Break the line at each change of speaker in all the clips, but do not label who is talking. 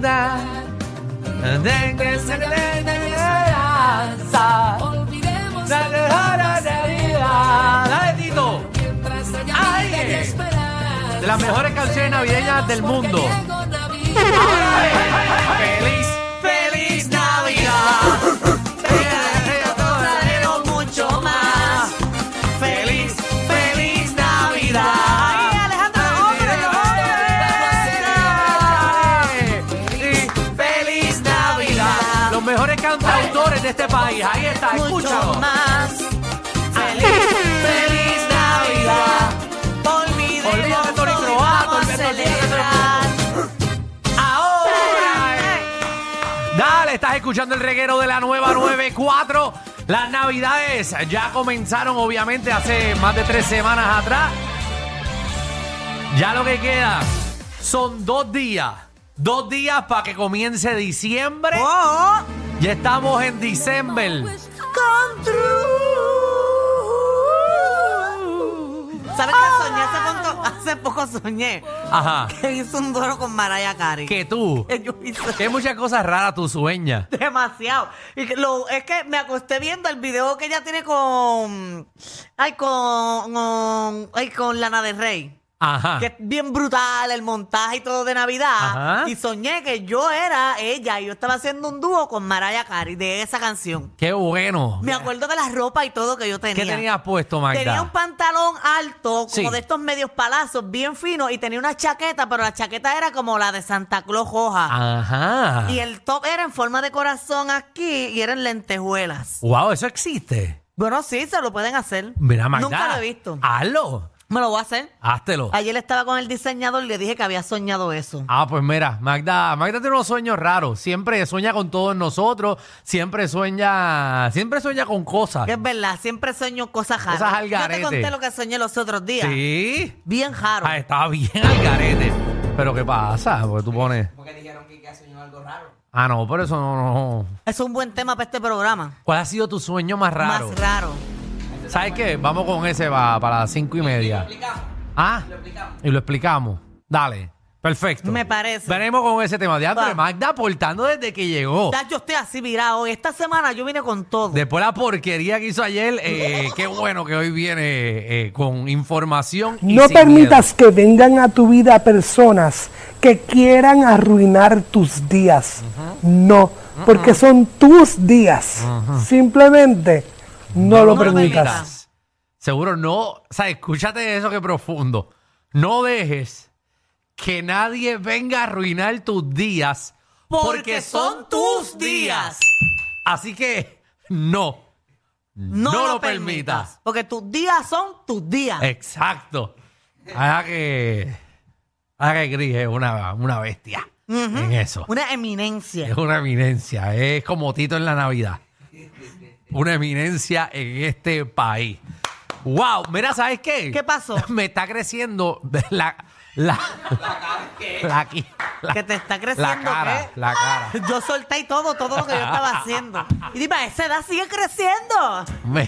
da. Tenga esa esperanza.
Olvidemos
La mejor herida. Dale, Tito.
mientras haya
Ay,
vida y
eh.
esperanza.
De las mejores canciones navideñas del
Porque
mundo.
llegó Navidad.
Feliz, feliz Navidad. Te mucho más. Feliz, feliz Navidad. Ay, Alejandro, hombre, feliz Navidad. Los mejores cantautores de este país. Ahí está, escúchalo.
más.
Feliz Navidad. Olvidemos a Tony Croato, Alberto Ortega, Ahora. eh. Dale, estás escuchando el reguero de la nueva 94. Las navidades ya comenzaron, obviamente, hace más de tres semanas atrás. Ya lo que queda son dos días. Dos días para que comience diciembre.
Oh,
Ya estamos en diciembre.
come true. ¿Sabes qué soñé hace poco? Hace poco soñé
Ajá.
que hice un duro con Mariah Carey.
Que tú.
Que yo hice
Que hay muchas cosas raras tú sueñas.
demasiado. Y que lo, es que me acosté viendo el video que ella tiene con. Ay, con. con ay, con Lana del Rey.
Ajá.
que es bien brutal el montaje y todo de Navidad.
Ajá.
Y soñé que yo era ella y yo estaba haciendo un dúo con Mariah Carey de esa canción.
Qué bueno.
Me acuerdo de la ropa y todo que yo tenía.
Oh, ¿Qué tenías puesto, Magda?
Tenía un pantalón alto,
Sí.
como de estos medios palazos, bien fino, y tenía una chaqueta, pero la chaqueta era como la de Santa Claus Hoja.
Ajá.
Y el top era en forma de corazón aquí y eran lentejuelas.
Wow, eso existe.
Bueno, sí, se lo pueden hacer.
Mira, Magda. Ah.
Nunca lo he visto.
Hazlo.
Me lo voy a hacer.
Háztelo.
Ayer estaba con el diseñador y le dije que había soñado eso.
Ah, pues mira, Magda, Magda tiene unos sueños raros. Siempre sueña con todos nosotros. Siempre sueña, siempre sueña con cosas.
Que es verdad, siempre sueño cosas raras.
Cosas al
Yo te
garete.
conté lo que soñé los otros días.
Sí.
Bien raro.
Ah, estaba bien al garete. Pero ¿qué pasa? Porque tú pones.
Porque dijeron que ha soñado algo raro.
Ah, no, pero eso no, no.
Es un buen tema para este programa.
¿Cuál ha sido tu sueño más raro?
Más raro.
¿Sabes qué? Vamos con ese va, para las cinco y media. Ah, y lo explicamos. Dale. Perfecto.
Me parece.
Venimos con ese tema de André
Va.
Magda aportando desde que llegó.
Ya yo estoy así virado. hoy. Esta semana yo vine con todo.
Después la porquería que hizo ayer, eh, qué bueno que hoy viene eh, con información. y
No
sin
permitas que vengan a tu vida personas que quieran arruinar tus días. No, porque son tus días. Simplemente no,
miedo.
No
lo
lo
permitas.
permitas.
Seguro no. O sea, escúchate eso que profundo. No dejes que nadie venga a arruinar tus días Así que no.
No, lo, permitas. Porque tus días son tus días.
Eh, Exacto. Haga que. Haga que Gris es una, una bestia
Ujú.
en eso.
Una eminencia.
Es una eminencia. Es como Tito en la Navidad. Una eminencia en este país. ¡Wow! Mira, ¿sabes qué?
¿Qué pasó?
Me está creciendo la. La. La. qui- la-
que te está creciendo.
la cara.
¿qué?
La cara.
Yo solté y todo, todo lo que yo estaba haciendo. Y dime, a esa edad sigue creciendo.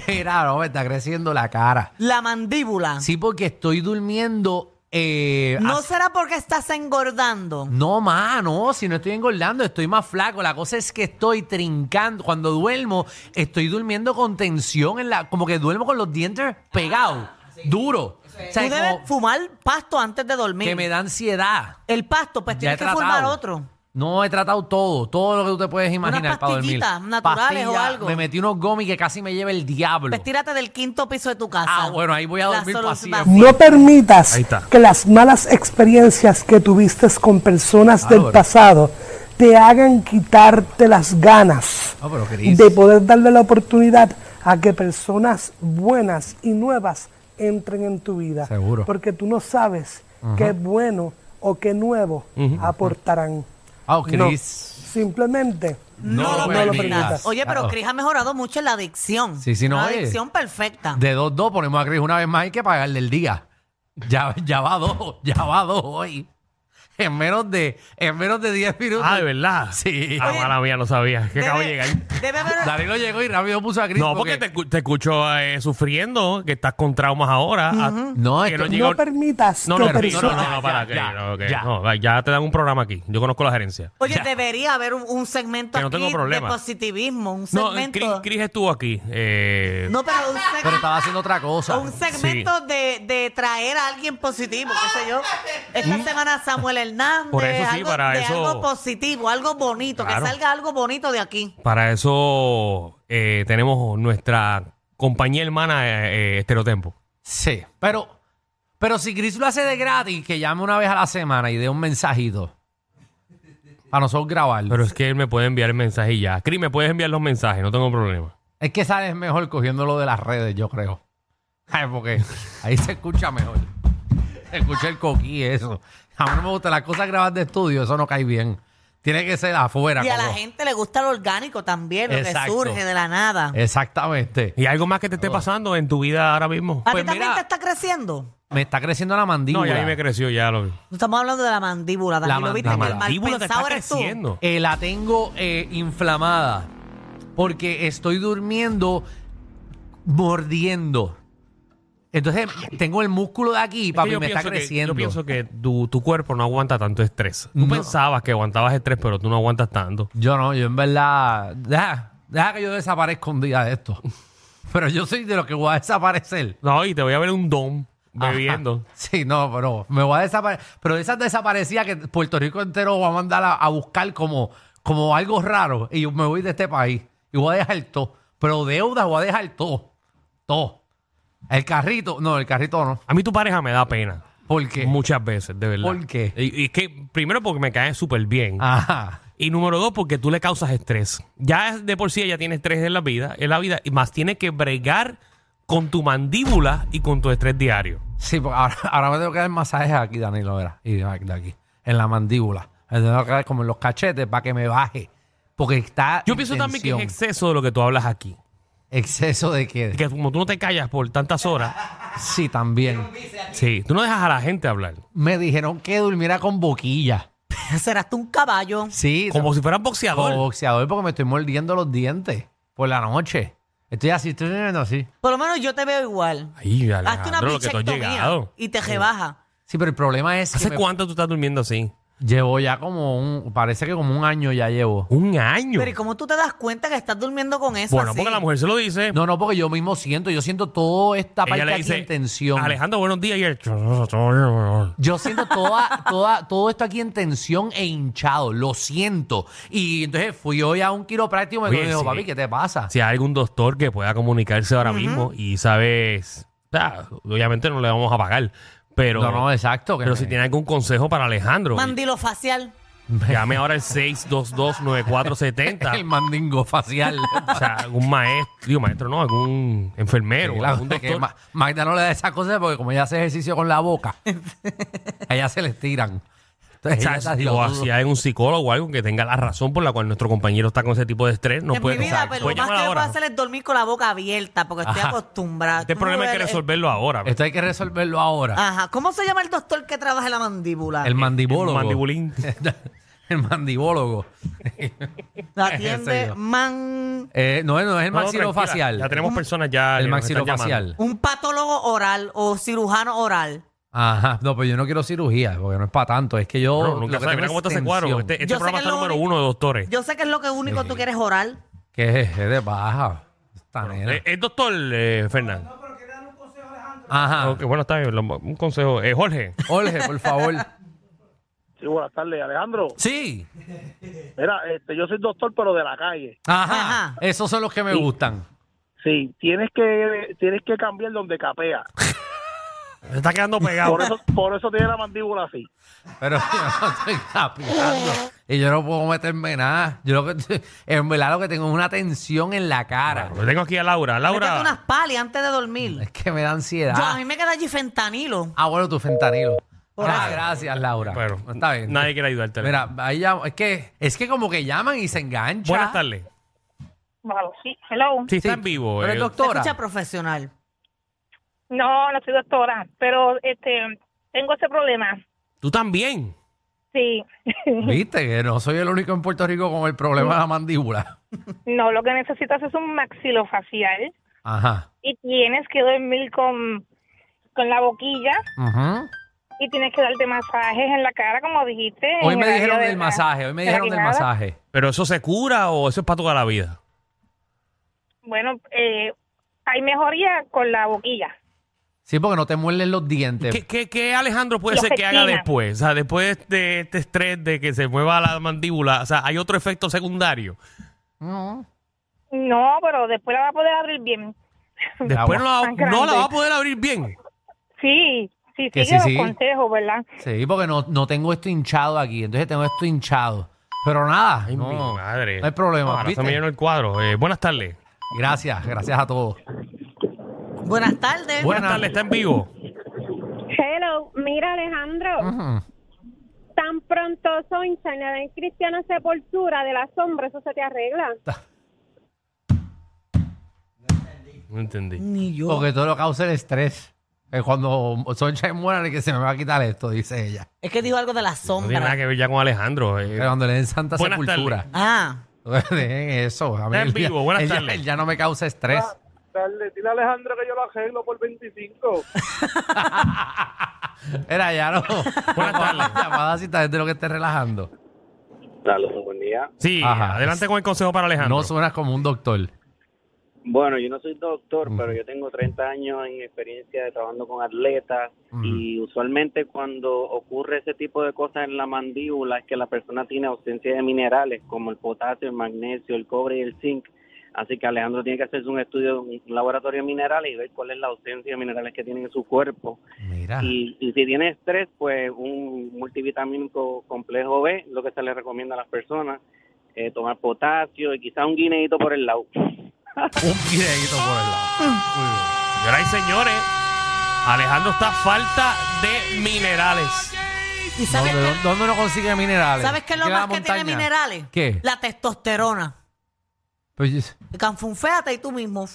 Mira, no, me está creciendo la cara.
La mandíbula.
Sí, porque estoy durmiendo. eh,
¿No
hace-
será porque estás engordando?
No, ma, no, si no estoy engordando, estoy más flaco. La cosa es que estoy trincando. Cuando duermo, estoy durmiendo con tensión en la. Como que duermo con los dientes pegados,
Ah,
duro. O
Tú
sea,
debes
como
fumar pasto antes de dormir.
que me da ansiedad.
El pasto, pues
Ya he
tienes que fumar
tratado.
otro.
No, he tratado todo, todo lo que tú te puedes imaginar para dormir.
pastillitas naturales o algo.
Me metí unos gomis que casi me lleva el diablo.
Pues tírate del quinto piso de tu casa.
Ah, bueno, ahí voy a
La
dormir
solu-
vacío.
vacía.
No permitas
Ahí está.
que las malas experiencias que tuviste con personas
Álvaro.
del pasado te hagan quitarte las ganas
Ah, pero, Cris.
de poder darle la oportunidad a que personas buenas y nuevas entren en tu vida.
Seguro.
Porque tú no sabes qué bueno o qué nuevo aportarán.
Ah,
No,
Cris.
simplemente
No lo permitas.
Oye, pero
Claro.
Cris ha mejorado mucho en la adicción.
Sí, sí, no,
Una
oye.
adicción perfecta.
De 2-2 ponemos a Cris una vez más, hay que pagarle el día. Ya, ya va dos, ya va dos hoy. en menos de, en menos de 10 minutos.
Ah, ¿de verdad?
Sí.
Ah, mala mía, no sabía. Que acabo de
Debe-
llegar.
Debe haber.
Danilo llegó y rápido puso a Chris.
No, porque te, escu- te escucho eh, sufriendo, que estás con traumas ahora. Ah,
No,
que
es
no
que-
llegó-
No permitas
No,
que
no, no, no,
personas...
no, no,
Ya,
para
ya,
que
ya,
no, ok,
ya.
no, va, ya te dan un programa aquí. Yo conozco la gerencia.
Oye,
Ya.
debería haber un, un segmento
Que no tengo
aquí
problema.
de positivismo, un
No, eh,
segmento.
Chris, Chris estuvo aquí. Eh,
No, pero un, seg-
Pero estaba haciendo otra cosa.
un segmento de, de traer a alguien positivo, qué sé yo. Esta semana Samuel Hernández.
Por eso sí,
algo,
para
de
eso-
algo positivo, algo bonito,
Claro.
que salga algo bonito de aquí.
Para eso eh, tenemos nuestra compañía hermana eh, eh, Estereotempo.
Sí. Pero, pero si Chris lo hace de gratis, que llame una vez a la semana y dé un mensajito. Para nosotros grabarlo.
Pero es que él me puede enviar el mensaje y ya. Cris, me puedes enviar los mensajes, no tengo problema.
es que sales mejor cogiéndolo de las redes, yo creo. Ay, porque ahí se escucha mejor. Se escucha el coquí, eso. A mí no me gusta las cosas grabadas de estudio, eso no cae bien. Tiene que ser afuera.
Y a la
como-
gente le gusta lo orgánico también, lo
Exacto.
que surge de la nada.
Exactamente.
¿Y algo más que te esté pasando en tu vida ahora mismo?
¿A
pues
ti también
mira-
te está creciendo?
Me está creciendo la
No,
mandíbula.
ya a mí me creció, ya lo vi.
No Estamos hablando de la mandíbula,
La
Danilo.
man-
¿Viste
la
que el mal
mandíbula Ah, te
pensado
está
eres tú?
creciendo.
Eh, la tengo eh, inflamada porque estoy durmiendo mordiendo. Entonces tengo el músculo de aquí, papi,
Es que yo
me está
pienso que-
creciendo.
yo pienso que tu, tu cuerpo no aguanta tanto estrés. Tú
No.
pensabas que aguantabas estrés, pero tú no aguantas tanto.
Yo no, yo en verdad. Deja, deja que yo desaparezca un día de esto. Pero yo soy de los que voy a desaparecer.
No, y te voy a ver un dom
Ajá.
bebiendo.
Sí, no, pero me voy a desaparecer. Pero esas desaparecidas que Puerto Rico entero va a mandar a, a buscar como, como algo raro. Y yo me voy de este país. Y voy a dejar todo. Pero deudas voy a dejar todo. Todo. El carrito. No, el carrito no.
A mí tu pareja me da pena.
Porque.
Muchas veces, de verdad.
¿Por qué? Ah.
Y, y es que, primero, porque me cae súper bien.
Ajá.
Y número dos, porque tú le causas estrés. Ya es- de por sí ella tiene estrés en la vida, en la vida, y más tiene que bregar con tu mandíbula y con tu estrés diario.
Sí, porque ahora, ahora me tengo que dar masajes aquí, Danilo, verá. Y de de aquí. En la mandíbula. Me tengo que dar como en los cachetes para que me baje. Porque está.
Yo
en
pienso también que es
tensión.
exceso de lo que tú hablas aquí.
Exceso de que.
Que como tú no te callas por tantas horas,
Sí, también.
sí, tú no dejas a la gente hablar.
Me dijeron que durmiera con boquilla.
Serás tú un caballo.
Sí,
Como si fueras
como
boxeador.
boxeador porque me estoy mordiendo los dientes por la noche. Estoy así, estoy durmiendo así.
Por lo menos yo te veo igual.
Ay,
Hazte una
Alejandro, lo que tú has
bichectomía
llegado.
y te rebaja.
Sí, pero el problema es que
¿Hace
me-
cuánto tú estás durmiendo así?
llevo ya como un, parece que como un año ya llevo.
Un año.
Pero ¿y cómo tú te das cuenta que estás durmiendo con eso
Bueno,
así?
porque la mujer se lo dice.
No, no, porque yo mismo siento, yo siento toda esta
ella
parte
le
aquí
dice,
en tensión.
Alejandro, buenos días. Y él,
Yo siento toda, toda, todo esto aquí en tensión e hinchado, lo siento. Y entonces fui hoy a un quiropráctico y me
Oye,
dijo,
sí.
papi, ¿qué te pasa?
si hay algún doctor que pueda comunicarse ahora mismo y sabes, o sea, obviamente no le vamos a pagar, pero,
no, no, exacto. que
pero
me-
si tiene algún consejo para Alejandro,
Mandilofacial.
llame ahora al
El
622-9470.
mandingo facial.
o sea, algún maestro, digo maestro no, algún enfermero,
Sí, la
algún
cosa es que
doctor.
Ma- Magda no le da esas cosas porque como ella hace ejercicio con la boca, a ella se les tiran. Entonces,
O sea,
ella está así,
o si hay un psicólogo o algo que tenga la razón por la cual nuestro compañero está con ese tipo de estrés, no
en
puede
mi vida,
Exacto.
pero
Puede
lo más que
llamar
me puedo
ahora.
hacer es dormir con la boca abierta porque estoy
Ajá.
acostumbrada.
Este
Tú
problema hay que
eres-
resolverlo ahora.
Esto hay que resolverlo
Ah.
ahora.
Ajá. ¿Cómo se llama el doctor que trabaja en la mandíbula?
el mandibólogo.
El mandibulín.
el mandibólogo.
La
Ese
atiende
yo.
man...
Eh, no, no, es el
No, no,
maxilofacial.
tranquila, Ya tenemos personas ya.
el
que nos están
maxilofacial.
llamando.
Un patólogo oral o cirujano oral.
Ajá. No, pero yo no quiero cirugía porque no es para tanto. Es que yo.
Bro,
lo
nunca
que
sabes,
tengo
mira cómo
es
está ese cuadro.
tensión.
Este, este
Yo sé
programa
que
está
lo
número
único-
uno de doctores.
Yo sé que es lo que único tú quieres oral.
Que es, es de baja. Esta nena.
Eh, el doctor eh, Fernández.
Ajá.
Ok, bueno, está bien. lo- Un consejo. Eh, Jorge.
Jorge, por favor.
Sí, buenas tardes, Alejandro.
Sí.
Mira, este, yo soy doctor, pero de la calle.
Ajá.
Ajá.
Esos son los que me
Sí.
gustan.
Sí, tienes que tienes que cambiar donde capea.
Se está quedando pegado.
Por eso, por eso tiene la mandíbula así.
Pero yo no estoy capitando. Y yo no puedo meterme nada. Yo lo que estoy- en verdad lo que tengo es una tensión en la cara.
Lo tengo aquí a Laura.
Métete unas
Laura.
pali antes de dormir.
Es que me da
Yo, a
ansiedad.
mí me queda allí fentanilo.
Ah, bueno, tu fentanilo.
Por
Ah,
eso.
gracias, Laura.
Bueno,
está bien.
Nadie quiere ayudarte.
Mira, ahí ya, es que es que como que llaman y se enganchan.
Buenas tardes.
Wow, sí, hello.
Sí, está en vivo.
Pero
eh,
es
Se
doctora.
escucha profesional.
No, no soy doctora, pero este tengo ese problema.
Tú también.
Sí.
Viste que no soy el único en Puerto Rico con el problema de la mandíbula.
no, lo que necesitas es un maxilofacial
Ajá.
y tienes que dormir con, con la boquilla
Ujú.
y tienes que darte masajes en la cara, como dijiste.
Hoy
en
me
el área
dijeron
de
del
la-
masaje, hoy me
de la
dijeron del
quijada.
masaje.
¿Pero eso se cura o eso es para toda la vida?
Bueno, eh, hay mejoría con la boquilla.
Sí, porque no te muerden los dientes.
¿Qué, qué, qué Alejandro puede
Los
ser que haga
pectina.
después? O sea, después de este estrés de que se mueva la mandíbula, o sea, ¿hay otro efecto secundario?
No, pero después la va a poder abrir bien.
Después no la,
Tan grande.
no la va a poder abrir bien.
Sí, sí,
Que
sigue
sí,
los
sí.
consejos, ¿verdad?
Sí, porque no, no tengo esto hinchado aquí, entonces tengo esto hinchado. Pero nada,
Ay, mi
no,
madre.
no hay problema.
Ahora se
¿viste?
me llenó el cuadro. Eh, buenas tardes.
Gracias, gracias a todos.
Buenas tardes.
Buenas.
Buenas tardes, está en vivo.
Hello, mira Alejandro,
Ujú.
tan pronto Soncha le den cristiana sepultura de la sombra, eso se te arregla.
No entendí.
Ni yo.
Porque todo lo causa el estrés. Que cuando Soncha muera, que se me va a quitar esto, dice ella.
Es que dijo algo de la
No tiene nada
sombra.
que ver ya con Alejandro. eh.
Pero cuando le den santa
Buenas
sepultura.
Ah,
Dejen eso. A mí
Está en
él ya-
vivo, buenas
él ya-
tardes.
él ya no me causa estrés.
Dale, dile a Alejandro que yo lo arreglo por 25.
Era ya, ¿no?
Buenas tardes.
Llamadas y tal, de lo que esté relajando.
Saludos, buen día.
Sí,
Ajá.
adelante con el consejo para Alejandro.
No suenas como un doctor.
Bueno, yo no soy doctor, pero yo tengo 30 años en experiencia de trabajando con atletas
Mm,
y usualmente cuando ocurre ese tipo de cosas en la mandíbula es que la persona tiene ausencia de minerales como el potasio, el magnesio, el cobre y el zinc. Así que Alejandro tiene que hacerse un estudio en un laboratorio de minerales y ver cuál es la ausencia de minerales que tiene en su cuerpo.
Mira.
Y, y si tiene estrés, pues un multivitamínico complejo B, lo que se le recomienda a las personas, eh, tomar potasio y quizá un guineíto por el lado.
Un pireguito por el lado. Muy bien.
Ah. Señoras y señores, Alejandro está falta de minerales.
¿y
No,
sabes
¿de
qué?
dó- ¿Dónde uno consigue minerales?
¿Sabes qué es lo
Llega a
más
la
que tiene
montaña.
minerales?
¿Qué?
La testosterona.
Pues,
Canfunféate y tú mismo.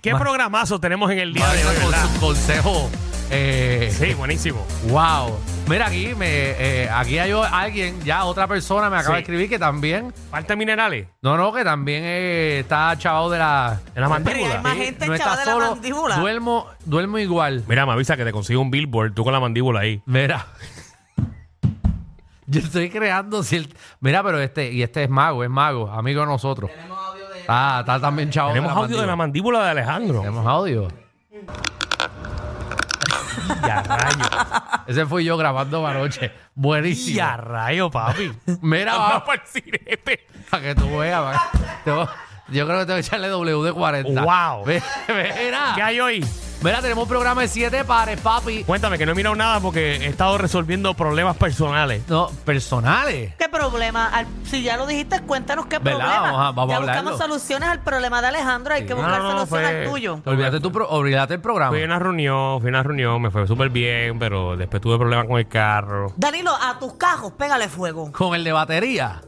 ¿Qué programazo tenemos en el día de hoy?
Magda, con
verdad?
su consejo. eh,
Sí, buenísimo.
Wow. Mira aquí, me, eh, aquí hay o- alguien, ya otra persona me acaba de
Sí.
escribir que también,
Falta de minerales
no, no, que también eh, está chavado de la...
en
Pero y
la
hay
mandíbula.
más gente
no
chavada
está
de la
solo,
mandíbula.
Duermo, duermo igual.
Mira, me avisa que te consigo un billboard, tú con la mandíbula ahí.
Mira. Yo estoy creando cierto... Mira, pero este, y este es mago, es mago, amigo de nosotros.
Tenemos audio de...
Ah, está también chavo.
Tenemos audio de la mandíbula de Alejandro.
Tenemos audio.
Ya rayo,
Ese fui yo grabando anoche. Buenísimo.
ya rayo, papi.
Mira,
Anda
va,
pa'l cirete.
para que tú veas. va. Te voy- yo creo que tengo que echarle WD-40.
Wow.
Mira,
¿Qué
mira,
hay hoy?
Mira, tenemos un programa de siete pares, papi.
Cuéntame que no he mirado nada porque he estado resolviendo problemas personales.
No, personales.
¿Qué problema? Al- si ya lo dijiste, cuéntanos qué
¿Verdad?
problema.
Vamos a- vamos
ya
a hablarlo.
buscamos soluciones al problema de Alejandro. Hay que
No,
buscar
no,
solución
fue-
al tuyo.
Olvídate, tu pro- olvídate el programa.
Fui a una reunión, fui a una reunión, me fue súper bien, pero después tuve problemas con el carro.
Danilo, a tus cajos, pégale fuego.
Con el de batería.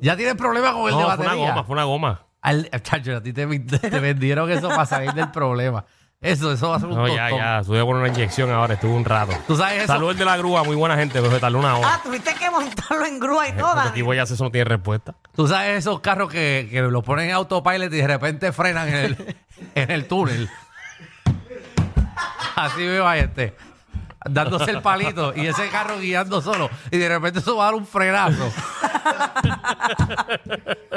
Ya tienes problemas con el de
No, fue
batería.
una goma, fue una goma.
Al- chacho, a ti te, te vendieron eso para salir del problema. Eso, eso va a ser un
No, ya,
tostón.
ya, estuve con una inyección ahora, estuve un rato.
¿Tú sabes eso?
Salud el de la grúa, muy buena gente, pero se tardó una hora.
Ah, tuviste que montarlo en grúa y todo,
Este tipo
Danilo.
ya hace eso, no tiene respuesta.
Tú sabes esos carros que, que los ponen en autopilot y de repente frenan en el, en el túnel. Así veo a este. Dándose el palito y ese carro guiando solo. Y de repente eso va a dar un frenazo.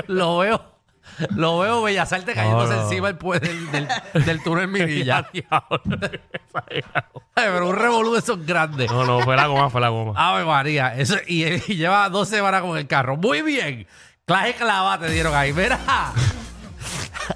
lo veo. Lo veo Bellasarte cayéndose
No, no.
encima del, pu- del, del- del túnel Mirilla.
Diablo, exagerado.
Pero un revolú de esos grandes.
No, no, fue la goma, fue la goma.
Ave María, eso, y, y lleva dos semanas con el carro. Muy bien. Clase clava te dieron ahí. Mira.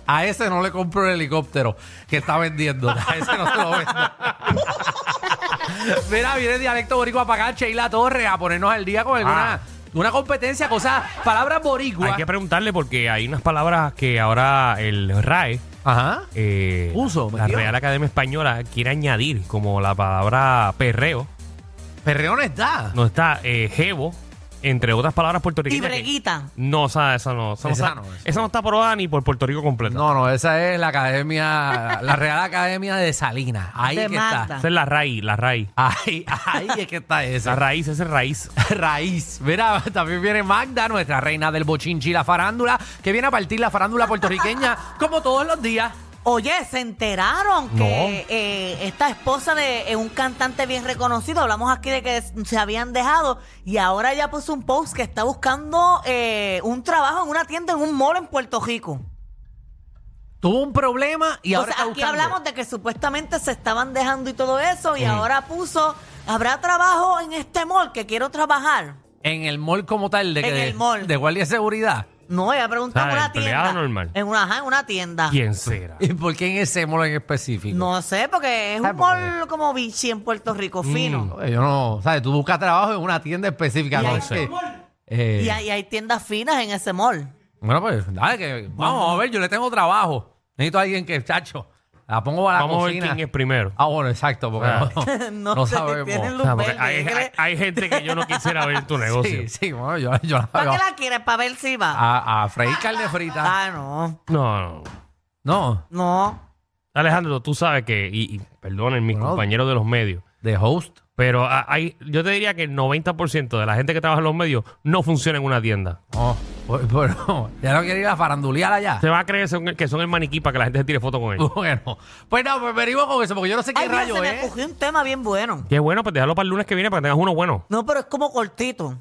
A ese no le compro el helicóptero que está vendiendo. A ese no se lo vendo. Mira, viene el dialecto boricua para acá, Sheila Torres, a ponernos al día con alguna
Ah.
una competencia, cosas, palabras boricuas.
Hay que preguntarle porque hay unas palabras que ahora el RAE,
Ajá.
eh,
Puso,
la
metió.
Real Academia Española, quiere añadir como la palabra perreo.
Perreones da.
No está eh, jevo, entre otras palabras
Y
puertorriqueñas. que-
breguita.
No, o sea, esa no. Esa, no
Esa
está-
no, esa
esa no está aprobada ni por Puerto Rico completo.
No, no, esa es la academia, la Real Academia de Salinas. Ahí
De
es que
Magda.
está.
Esa es la raíz, la raíz.
Ahí, ahí es que está
La
esa.
raíz, esa es raíz.
Raíz. Mira, también viene Magda, nuestra reina del bochinchi, y la farándula, que viene a partir la farándula puertorriqueña como todos los días.
Oye, se enteraron
No.
que eh, esta esposa de eh, un cantante bien reconocido, hablamos aquí de que s- se habían dejado y ahora ya puso un post que está buscando eh, un trabajo en una tienda en un mall en Puerto Rico.
Tuvo un problema y
O
ahora
sea,
está
aquí
buscando.
hablamos de que supuestamente se estaban dejando y todo eso y ahora puso, habrá trabajo en este mall que quiero trabajar.
En el mall como tal, de,
En
que-
el mall.
de guardia de seguridad.
No, ella preguntó en
O sea,
una
empleada
tienda.
normal.
En una, ajá, en una
Ah.
tienda.
¿Quién será?
¿Y por qué en ese mall en específico?
No sé, porque es
Ah,
un
porque-
mall como bichi en Puerto Rico, fino.
Eh, Yo no, ¿sabes? Tú buscas trabajo en una tienda específica.
Y
no
hay-
sé. Eh,
Y hay, y hay tiendas finas en ese mall.
Bueno, pues, dale, que vamos a ver, yo le tengo trabajo. Necesito a alguien que, chacho, la pongo a la
Vamos a ver
cocina.
quién es primero.
Ah, bueno, exacto, porque
Ah.
no, no,
No sé, tienen
sabemos.
luz
O sea, porque
verde,
hay,
¿qué le-
hay- hay gente que yo no quisiera ver en tu negocio.
Sí, sí, bueno, yo, yo la
¿Para
veo
qué la quieres? ¿Para ver si va?
a, a freír carne frita.
Ah, no.
No, no.
No,
No.
Alejandro, tú sabes que, y, y perdonen mis
Bueno.
compañeros de los medios,
de host.
pero a- hay, yo te diría que el 90% de la gente que trabaja en los medios no funciona en una tienda.
No, pues, pues, no, ya no quiero ir a farandulear allá.
Se va a creer son- que son el maniquí para que la gente se tire foto con ellos.
Bueno, pues no, pues venimos con eso, porque yo no sé qué
Ay, mira,
rayo
se me
es.
cogió un tema bien bueno.
Qué bueno, pues déjalo para el lunes que viene para que tengas uno bueno.
No, pero es como cortito.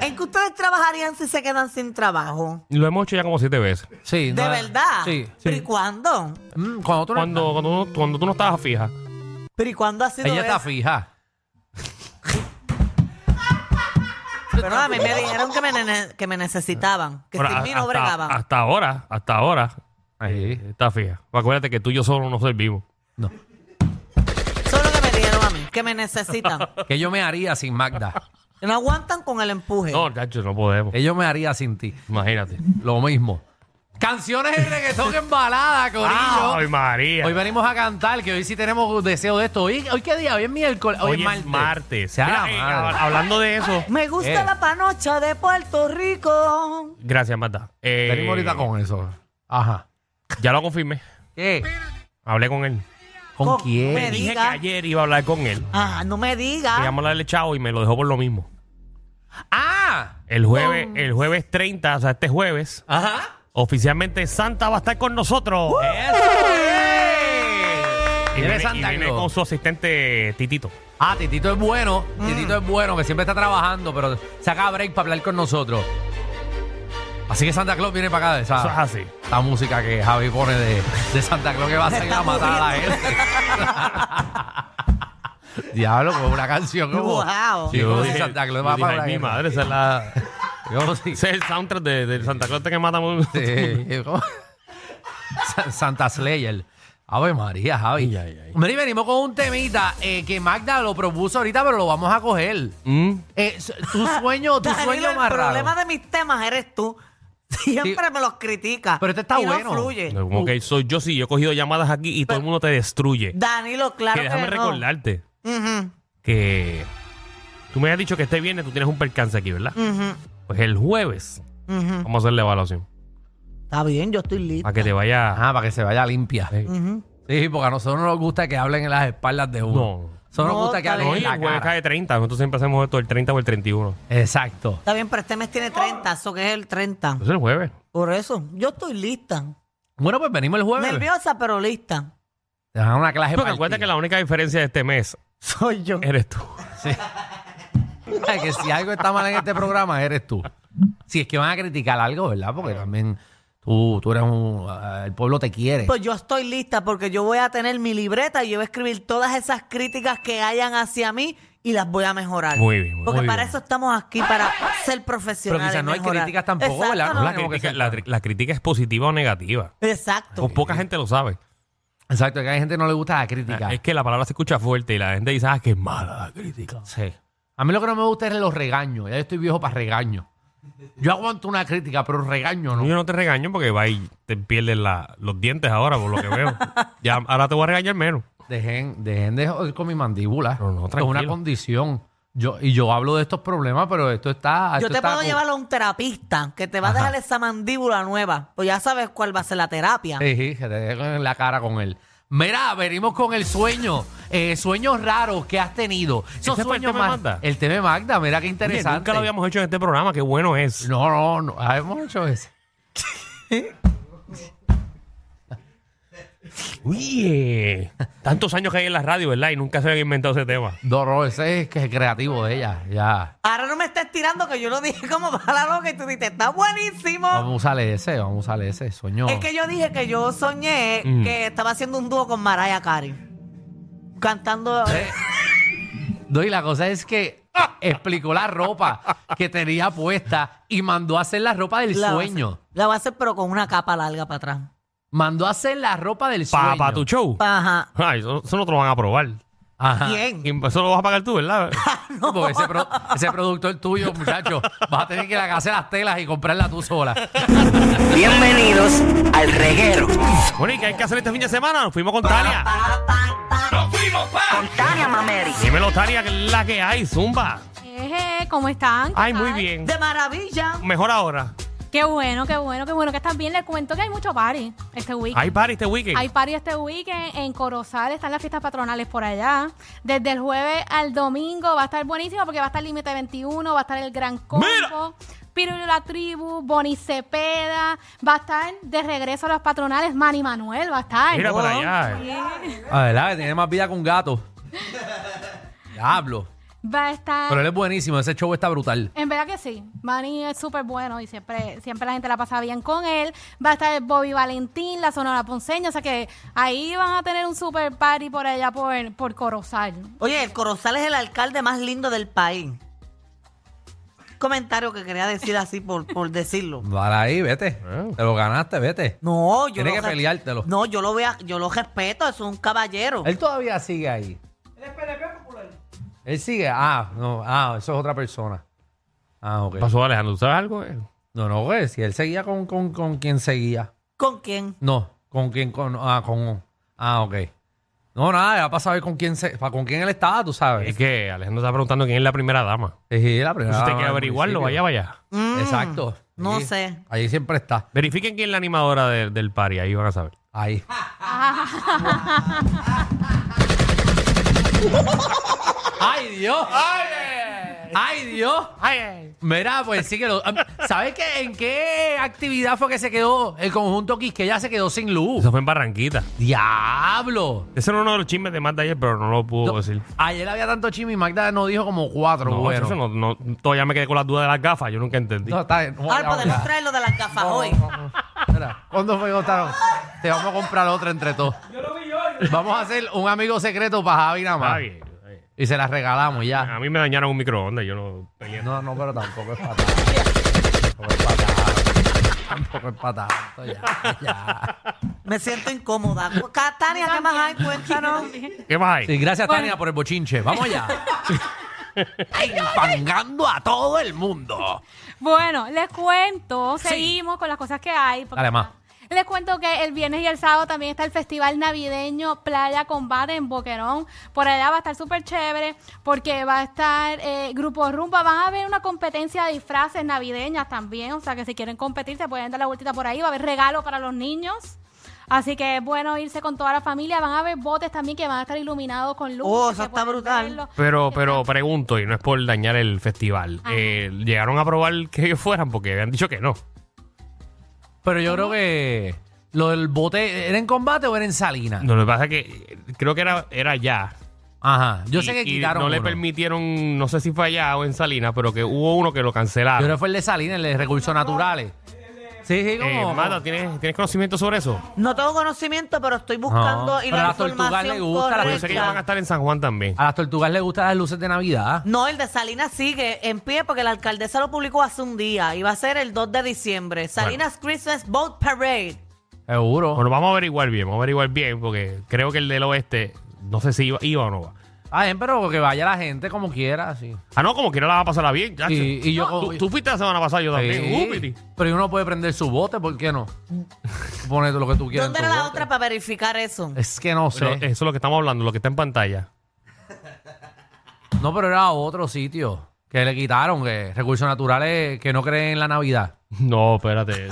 ¿En qué ustedes trabajarían si se quedan sin trabajo?
Lo hemos hecho ya como siete veces.
Sí,
¿De
no,
verdad?
Sí.
¿Pero y cuándo?
Mm, cuando tú no
Cuando, cuando, tú- cuando tú no estabas fija.
¿Pero y cuándo ha sido
Ella está
eso?
fija.
Pero a mí me dijeron que me, nene- que me necesitaban, que
Ahora,
sin
a-
mí no
hasta-
bregaban.
hasta ahora, hasta ahora, eh,
Sí.
está fija. Acuérdate que tú y yo solo no servimos.
No.
Eso es lo que me dijeron a mí, que me necesitan.
Que yo me haría sin Magda.
No aguantan con el empuje.
No, chacho, no podemos.
Que yo me haría sin ti.
Imagínate.
Lo mismo. Canciones de reggaetón en balada, Corillo.
¡Ay, María!
Hoy venimos a cantar, que hoy sí tenemos deseo de esto. Hoy, hoy qué día, hoy es miércoles, hoy, es martes. Sea
Mira,
la
eh,
madre.
hab- hablando de eso.
Me gusta
Eh.
la panocha de Puerto Rico.
Gracias, Marta. Eh,
Venimos ahorita con eso. Ajá.
Ya lo confirmé.
¿Qué?
Hablé con él.
¿Con,
Con-
quién?
me
Dije que
Diga.
ayer iba a hablar con él.
Ah, no me diga.
Le llamó a darle chavo y me lo dejó por lo mismo.
¡Ah!
El jueves, el jueves 30, o sea, este jueves,
Ajá.
oficialmente Santa va a estar con nosotros.
¡Eso! Uh.
Y
Viene
viene, y
Santa
viene
Claus.
con su asistente Titito.
Ah, Titito es bueno.
Mm.
Titito es bueno, que siempre está trabajando, pero saca break para hablar con nosotros. Así que Santa Claus viene para acá. Esa,
Eso es así.
Esta música que Javi pone de, de Santa Claus que va a salir a
está
matar a la gente. Diablo, con una canción como.
Wow.
Sí, como si
dije-
Santa Claus
yo
va
dije,
para
"Ay,
la
mi
guerra".
madre, esa es la-
Yo sí.
ese es el soundtrack de, del Santa Claus este que mata muy-
Sí, ¿cómo? Sa- Santa Slayer. Ave María, Javi.
Ay, ay, ay.
Mira, y venimos con un temita eh, que Magda lo propuso ahorita, pero lo vamos a coger.
Mm.
Eh, su- tu sueño, tu
Danilo,
sueño
el
más raro.
problema de mis temas eres tú. Siempre me los criticas.
Pero este está
y
bueno.
No fluye.
No,
uh.
Como que soy yo, sí, yo he cogido llamadas aquí y todo el mundo te destruye.
Danilo, claro
Que
que,
déjame
no.
recordarte
Ujú,
que tú me has dicho que este viernes tú tienes un percance aquí, ¿verdad?
Mm.
ujú,
Pues el jueves
ujú.
vamos a hacer la evaluación
Está bien, yo estoy listo.
para que te vaya.
Ajá, para que se vaya limpia. Sí, porque a nosotros no nos gusta que hablen en las espaldas de uno.
No.
Solo nos
No,
gusta que
está
hablen
No,
bien.
Ah, en
y
la
el jueves
cara.
cae 30. Nosotros siempre hacemos esto el 30 o el 31.
Exacto.
Está bien, pero este mes tiene 30, eso que es el 30.
Entonces Pues el jueves.
Por eso, yo estoy lista.
Bueno, pues venimos el jueves.
Nerviosa, pero lista.
Te dan una clase
Pero
para
acuérdate
ti.
que la única diferencia de este mes
Soy yo.
eres tú.
Ay, que si algo está mal en este programa, eres tú. Si es que van a criticar algo, ¿verdad? Porque también tú, tú eres un... ah, El pueblo te quiere.
Pues yo estoy lista porque yo voy a tener mi libreta y yo voy a escribir todas esas críticas que hayan hacia mí y las voy a mejorar.
Muy bien, muy
Porque
bien.
para eso estamos aquí, para ser
Pero
profesionales.
quizás no hay
mejorar.
críticas tampoco,
Exacto,
¿verdad?
no.
tenemos
La
Ah, que
crítica,
ser-
la tri- la crítica es positiva o negativa.
Exacto.
Con poca gente lo sabe.
Exacto, que hay gente que no le gusta la crítica.
Es que la palabra se escucha fuerte y la gente dice, ah, qué mala la crítica.
Sí. A mí lo que no me gusta es los regaños. Ya yo estoy viejo para regaños. Yo aguanto una crítica, pero regaño no.
Yo no te regaño porque va y te pierdes la- los dientes ahora, por lo que veo. ya, ahora te voy a regañar menos.
Dejen, dejen de joder con mi mandíbula.
No, no,
Esto es una
tranquilo.
condición. Yo, y yo hablo de estos problemas, pero esto está.
Yo
esto
te
está
puedo
con-
llevar a un terapista que te va
Ajá.
a dejar esa mandíbula nueva. Pues ya sabes cuál va a ser la terapia.
Sí, sí, que te dejo en la cara con él. Mira, venimos con el sueño. Eh, sueños raros que has tenido. Esos
¿Ese fue el
sueños
tema de
más-
Magda?
El tema de Magda, mira qué
Oye,
interesante.
nunca lo habíamos hecho en este programa, qué bueno es.
No, no, no. ah, Hemos hecho eso.
Oye, tantos años que hay en la radio, ¿verdad? Y nunca se había inventado ese tema.
No, no, ese es que es creativo de ella. Ya.
Ahora no me estés tirando que yo lo dije como para la loca y tú dices, está buenísimo.
Vamos a usar ese, vamos a usar ese sueño.
Es que yo dije que yo soñé
Mm.
que estaba haciendo un dúo con Mariah Carey. Cantando...
Eh, No, y la cosa es que explicó la ropa que tenía puesta y mandó a hacer la ropa del
la voy a
sueño.
hacer- la voy a hacer pero con una capa larga para atrás.
Mandó a hacer la ropa del
Para
sueño.
tu show.
Ajá.
Ay, eso, eso no te lo van a probar.
Ajá.
Bien.
Y Eso lo vas a pagar tú, ¿verdad?
Sí, porque ese, pro- ese productor tuyo, muchacho, vas a tener que hacer las telas y comprarla tú sola.
Bienvenidos al reguero.
Bueno, ¿y qué hay que hacer este fin de semana? Nos fuimos con Tania.
Con Tania Mameri.
Dímelo, Tania, que es la que hay, Zumba.
Eje, ¿Cómo están? ¿Qué
Ay,
tal?
muy bien.
De maravilla.
Mejor ahora.
Qué bueno, qué bueno, qué bueno que están bien. Les cuento que hay mucho party este weekend.
Hay party este weekend.
Hay party este weekend en Corozal, están las fiestas patronales por allá. Desde el jueves al domingo va a estar buenísimo porque va a estar Límite 21, va a estar el Gran Combo, Pirulo y la Tribu, Boni Cepeda, va a estar de regreso a los patronales, Manny Manuel va a estar.
Mira para allá. eh.
A Ah, verdad, que tiene más vida que un gato. Diablo.
Va a estar...
Pero él es buenísimo, ese show está brutal.
En verdad que sí. Manny es súper bueno y siempre, siempre la gente la pasa bien con él. Va a estar Bobby Valentín, la Sonora Ponceña. O sea que ahí van a tener un super party por allá por, por Corozal.
Oye, el Corozal es el alcalde más lindo del país. Comentario que quería decir así por, por decirlo.
Vale ahí, vete. Te lo ganaste, vete.
No, yo
Tiene
lo
que
res-
peleártelo.
No, yo lo vea, yo lo respeto, es un caballero.
Él todavía sigue ahí. Él sigue. Ah, no, ah, eso es otra persona. Ah, ok.
¿Qué pasó, Alejandro? ¿Tú sabes algo? eh?
No, no, güey. Si él seguía con, con, con quien seguía.
¿Con quién?
No, con quien con. Ah, con. Ah, ok. No, nada, era para saber con quién se, para con quién él estaba, tú sabes.
Es que Alejandro está preguntando quién es la primera dama.
Sí, la primera
Si usted
dama
quiere
del
averiguarlo, vaya,
municipio.
vaya.
Mm,
Exacto.
No
Ahí-
sé.
Ahí siempre está.
Verifiquen quién es la animadora de- del party, ahí van a saber.
Ahí. ¡Ay, Dios! ¡Ay, Dios!
eh.
Mira, pues sí que lo. ¿Sabes qué? ¿En qué actividad fue que se quedó el conjunto Quisqueya? Se quedó sin luz.
Eso fue en Barranquita.
¡Diablo!
Ese era uno de los chismes de Magda ayer, pero no lo pudo
No,
decir.
Ayer había tanto chisme y Magda nos dijo como cuatro.
No,
bueno.
eso no, no, todavía me quedé con las dudas de las gafas, yo nunca entendí.
No, está bien.
Ahora Ah, podemos traer lo de las gafas hoy.
Oh. Espera, ¿Cuándo fue que votaron? Te vamos a comprar otra entre todos. Yo lo vi yo. Vamos a hacer un amigo secreto para Javi nada
Está
más.
bien, está bien.
Y se las regalamos ya.
A mí me dañaron un microondas, yo no peleé.
No, no, pero tampoco es patada. Tampoco es patada. Tampoco es patada. Ya, ya.
Me siento incómoda. Ca- Tania, ¿qué más hay? Cuéntanos.
¿Qué más hay?
Sí, gracias
Bueno.
Tania por el bochinche. Vamos allá. Enfangando a todo el mundo.
Bueno, les cuento,
Sí.
seguimos con las cosas que hay. porque
Dale, ma.
Les cuento que el viernes y el sábado también está el festival navideño Playa Combate en Boquerón. Por allá va a estar súper chévere porque va a estar eh, Grupo Rumba. Van a haber una competencia de disfraces navideñas también. O sea que si quieren competir se pueden dar la vueltita por ahí. Va a haber regalo para los niños. Así que es bueno irse con toda la familia. Van a haber botes también que van a estar iluminados con luces.
Oh,
que
eso está
pueden
brutal.
verlo.
Pero, pero pregunto, y no es por dañar el festival,
Ajá.
eh, ¿llegaron a probar que ellos fueran? Porque habían dicho que no.
Pero yo creo que lo del bote, ¿era en combate o era en Salina?
No, lo que pasa es que eh, creo que era, era ya.
Ajá. Yo
Y-
sé que
y
quitaron.
No le
uno.
permitieron, no sé si fue allá o en Salinas, pero que hubo uno que lo
Yo creo
cancelaron.
que fue el de Salinas, el de Recursos Naturales. Sí, sí,
Eh,
como...
Magda, ¿tienes, ¿tienes conocimiento sobre eso?
No tengo conocimiento, pero estoy buscando y
pero
la
a las tortugas
información
les gusta, las
Yo sé que ellos van a
correcta.
estar en San Juan también.
A las tortugas les gustan las luces de Navidad.
No, el de Salinas sigue en pie porque la alcaldesa lo publicó hace un día y va a ser el 2 de diciembre. Salinas Christmas Boat Parade.
Seguro.
Bueno, vamos a averiguar bien, vamos a averiguar bien, porque creo que el del oeste, no sé si iba, iba o no va.
Ah, bien, pero que vaya la gente como quiera, sí.
Ah, no, como quiera la va a pasar bien. chacho.
Y- y yo-
tú, tú fuiste la semana pasada, yo también. Uh,
Sí.
Upiti.
Pero uno puede prender su bote, ¿por qué no? Ponete lo que tú quieras. en
¿Dónde
tu
era la
bote.
otra para verificar eso?
Es que no sé.
Pero eso es lo que estamos hablando, lo que está en pantalla.
No, pero era otro sitio que le quitaron, que recursos naturales que no creen en la Navidad.
No, espérate.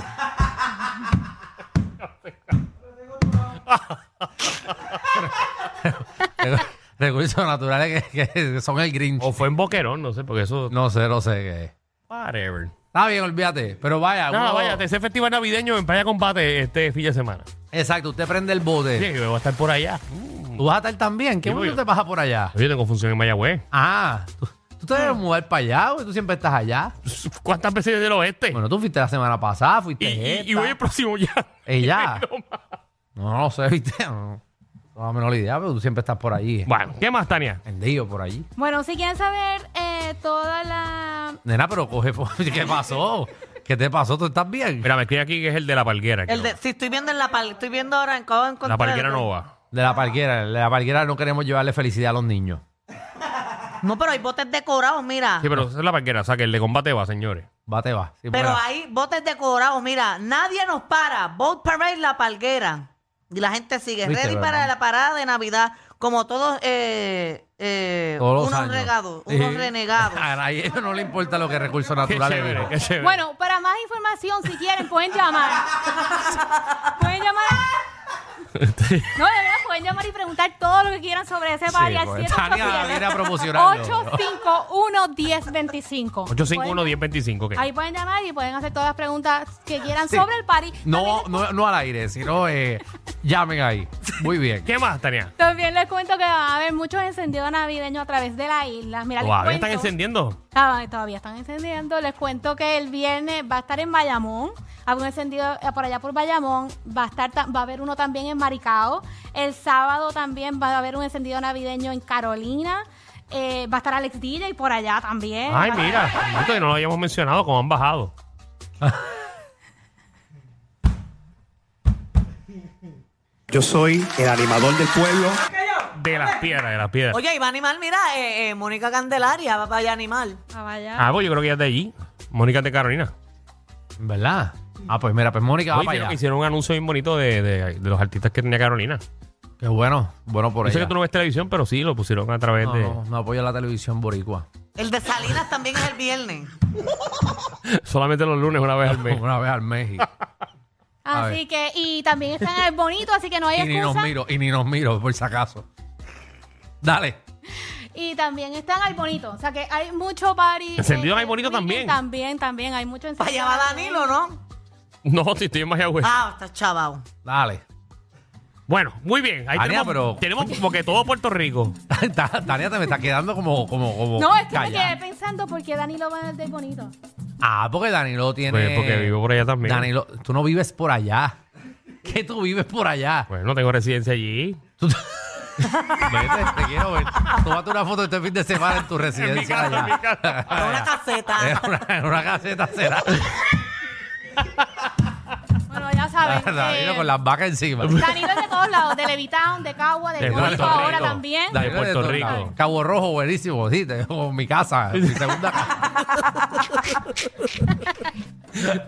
recursos naturales que, que son el Grinch.
O fue en Boquerón, no sé, porque eso.
No sé, no sé qué. es.
Whatever.
Está bien, olvídate. Pero vaya,
Nada,
uno-
vaya, tercer festival navideño en Playa Combate este fin de semana.
Exacto, usted prende el bote.
Sí, yo voy a estar por allá. Mm.
Tú vas a estar también. ¿Qué
Sí, voy
momento
yo.
te pasa por allá?
Yo tengo función en Mayagüez.
Ah, tú, tú te debes mudar para allá, güey. Tú siempre estás allá.
¿Cuántas veces del oeste?
Bueno, tú fuiste la semana pasada, fuiste
Eh. y, y-
esta.
y voy el próximo ya.
Ella. No, no sé, viste. No, no, no, la idea, pero tú siempre estás por allí.
Bueno, ¿qué más, Tania?
Vendido por allí.
Bueno, si quieren saber eh, toda la...
Nena, pero coge. po- ¿Qué pasó? ¿Qué te pasó? ¿Tú estás bien?
Mira, me escribe aquí que es el de la palguera. que
El de,
no-
si estoy viendo en la pal, estoy viendo ahora en cómo encontrar.
la palguera no va.
De la parguera. De la parguera no queremos llevarle felicidad a los niños.
No, pero hay botes decorados, mira.
Sí, pero esa es la palguera. O sea, que el de combate va, señores.
Va, te va. Sí,
pero
fuera.
hay botes decorados, mira. Nadie nos para. Boat Parade La Palguera. Y la gente sigue.
Viste,
Ready
pero
para
no.
la parada de Navidad. Como todos, eh, eh,
Todos los
unos
años.
regados,
Sí.
unos renegados.
A ellos no le importa lo que recursos
Qué
naturales
chévere,
dijo.
qué chévere.
Bueno, para más información, si quieren, pueden llamar. pueden llamar. No, de verdad, pueden llamar y preguntar todo lo que quieran sobre ese party
Sí,
al
pues, Tania viene a
787
promocionarlo.
851 1025
851-1025, ¿qué?
Ahí pueden llamar y pueden hacer todas las preguntas que quieran sobre el party.
No, no, no al aire, sino eh, llamen ahí. Muy bien.
¿Qué más, Tania?
También les cuento que va a haber muchos encendidos navideños a través de la isla. Mira, les
Todavía
cuento-
están encendiendo.
Ah, todavía están encendiendo. Les cuento que el viernes va a estar en Bayamón. Algún encendido eh, por allá por Bayamón. Va a estar ta- va a haber uno también en Maricao. El sábado también va a haber un encendido navideño en Carolina. Eh, va a estar Alex DJ por allá también.
Ay,
Va-
mira. esto que no lo habíamos mencionado, como han bajado.
Yo soy el animador del pueblo.
De las piedras, de las piedras.
Oye, y va a animar, mira, eh, eh, Mónica Candelaria va para allá a animar.
Va para allá.
Ah, pues yo creo que ya es de allí. Mónica de Carolina.
¿Verdad? Ah, pues mira, pues Mónica va
Oye,
para
creo que
allá.
hicieron un anuncio bien bonito de, de- de los artistas que tenía Carolina.
Qué bueno, bueno por
Yo sé
ella.
que tú no ves televisión, pero sí, lo pusieron a través
No,
de...
no, no apoyo la televisión boricua.
El de Salinas también es el viernes.
Solamente los lunes una vez al mes.
Una vez al México. a
Así que, y también están en el bonito, así que no hay
y ni nos
excusa.
miro, y ni nos miro, por si acaso. Dale.
Y también están al bonito. O sea que hay mucho party.
Encendido
eh,
en Al Bonito
weekend
también.
También, también. Hay mucho
Para
encendido.
allá va Danilo, ¿no?
No, si estoy en
Pues-
Mayagüez.
Ah, está chavao.
Dale.
Bueno, muy bien. Ahí
Tania,
tenemos,
pero-
tenemos como que todo Puerto Rico.
Ta- Tania te me está quedando como, como, como.
No, es que me
callada.
quedé pensando por qué Danilo va al del bonito.
Ah, porque Danilo tiene.
Pues, porque vivo por allá también.
Danilo, tú no vives por allá. ¿Qué tú vives por allá?
Pues no tengo residencia allí.
Tú- Vete, te quiero ver. Tómate una foto este fin de semana en tu residencia
casa,
allá.
en mi casa.
Con una
En
caseta.
una, en una caseta será.
Bueno, ya saben.
Danilo
eh,
con las vacas encima.
Danilo es de todos lados, de Levitown, de Cagua,
De
de Puerto
Puerto
ahora
Rico.
también.
Danilo
de Puerto
todo-
Rico.
Cabo Rojo, buenísimo. Sí, te- como mi casa, mi segunda casa.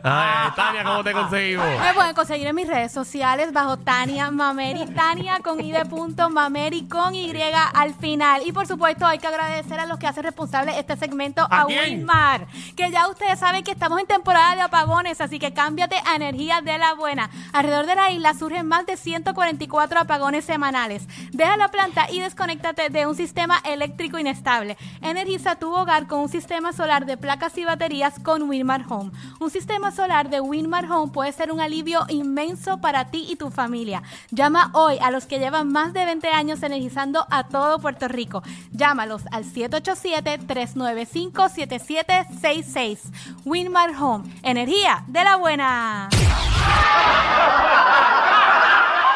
Ay, Eh, Tania, ¿cómo te conseguimos?
Me pueden conseguir en mis redes sociales bajo Tania Mameri, Tania con I de punto, Mameri con Y al final. Y por supuesto hay que agradecer a los que hacen responsable este segmento
¿A
a,
quién?
Wilmar, que ya ustedes saben que estamos en temporada de apagones, así que cámbiate a energía de la buena. Alrededor de la isla surgen más de 144 apagones semanales. Deja la planta y desconéctate de un sistema eléctrico inestable. Energiza tu hogar con un sistema solar de placas y baterías con Winmar Home. Un sistema solar de Winmar Home puede ser un alivio inmenso para ti y tu familia. Llama hoy a los que llevan más de 20 años energizando a todo Puerto Rico. Llámalos al 787-395-7766. Winmar Home, energía de la buena.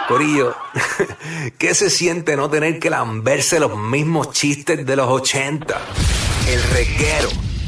Corillo, ¿qué se siente no tener que lamberse los mismos chistes de los 80? El reguero